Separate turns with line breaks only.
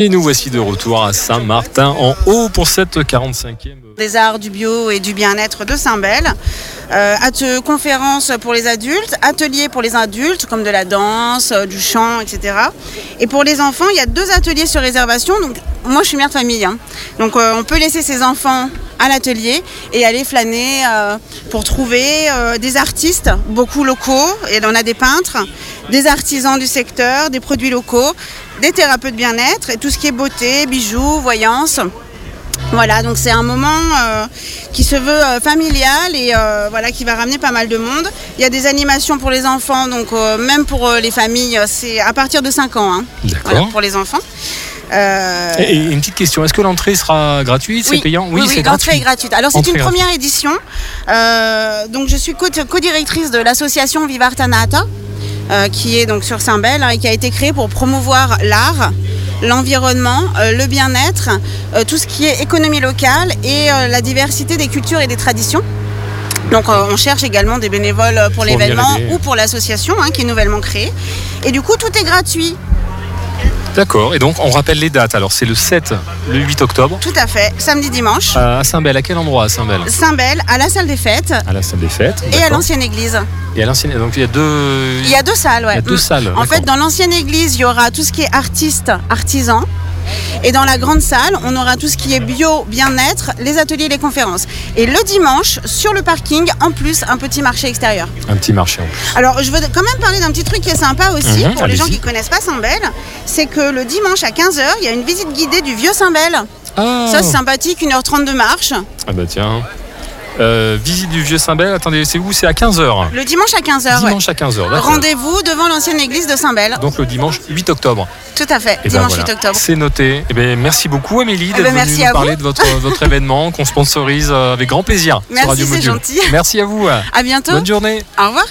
Et nous voici de retour à Saint-Martin en haut pour cette 45e.
des arts, du bio et du bien-être de Saint-Bel. Euh, at- conférences pour les adultes, ateliers pour les adultes comme de la danse, euh, du chant, etc. Et pour les enfants, il y a deux ateliers sur réservation. Donc moi, je suis mère de famille, hein. donc euh, on peut laisser ses enfants à l'atelier et aller flâner euh, pour trouver euh, des artistes, beaucoup locaux, et on a des peintres, des artisans du secteur, des produits locaux, des thérapeutes bien-être et tout ce qui est beauté, bijoux, voyance. Voilà, donc c'est un moment euh, qui se veut euh, familial et euh, voilà qui va ramener pas mal de monde. Il y a des animations pour les enfants, donc euh, même pour euh, les familles, euh, c'est à partir de 5 ans, hein,
D'accord.
voilà, pour les enfants. Euh,
Et et une petite question, est-ce que l'entrée sera gratuite C'est payant
oui,
c'est
l'entrée
gratuit.
est gratuite. Alors c'est
Entrée
une
gratuite.
première édition. Euh, donc je suis co- co-directrice de l'association Vivartanata, euh, qui est donc sur Saint-Bel hein, et qui a été créée pour promouvoir l'art, l'environnement, euh, le bien-être, euh, tout ce qui est économie locale et euh, la diversité des cultures et des traditions. Donc euh, on cherche également des bénévoles euh, pour
venir
l'événement
aider.
ou pour l'association hein, qui est nouvellement créée. Et du coup tout est gratuit.
D'accord, et donc on rappelle les dates. Alors c'est le 7, le 8 octobre euh,
Tout à fait, samedi, dimanche.
à Saint-Bel. À quel endroit à Saint-Bel
Saint-Bel, à la salle des fêtes
À la salle des fêtes.
et à
d'accord.
l'ancienne église.
Et à l'ancienne. Donc il y a deux.
Il y a deux salles, ouais.
Il y a deux
Mm.
salles,
En fait,
d'accord.
dans l'ancienne église, il y aura tout ce qui est artiste, artisan. Et dans la grande salle, on aura tout ce qui est bio, bien-être, les ateliers, et les conférences. Et le dimanche, sur le parking, en plus, un petit marché extérieur.
un petit marché en plus.
Alors, je veux quand même parler d'un petit truc qui est sympa aussi,
Mhm,
pour les gens
allez-y.
qui connaissent pas Saint-Bel. C'est que le dimanche à 15h, il y a une visite guidée du vieux Saint-Bel.
Ah,
Ça, c'est sympathique, 1h30 de marche.
ah bah tiens. Euh, visite du vieux Saint-Bel. Attendez, c'est où C'est à 15h.
Le dimanche à 15h, Ah ouais.
Dimanche à 15h. D'accord.
Rendez-vous devant l'ancienne église de Saint-Bel.
Donc le dimanche 8 octobre.
Tout à fait,
Eh ben
dimanche
voilà,
8 octobre.
C'est noté. Eh ben, merci beaucoup Amélie d'être
ben,
venue
merci
nous
à
parler de votre, votre événement qu'on sponsorise euh, avec grand plaisir
Merci,
sur Radio
c'est
Module.
gentil.
Merci à vous.
À bientôt.
Bonne journée.
Au revoir.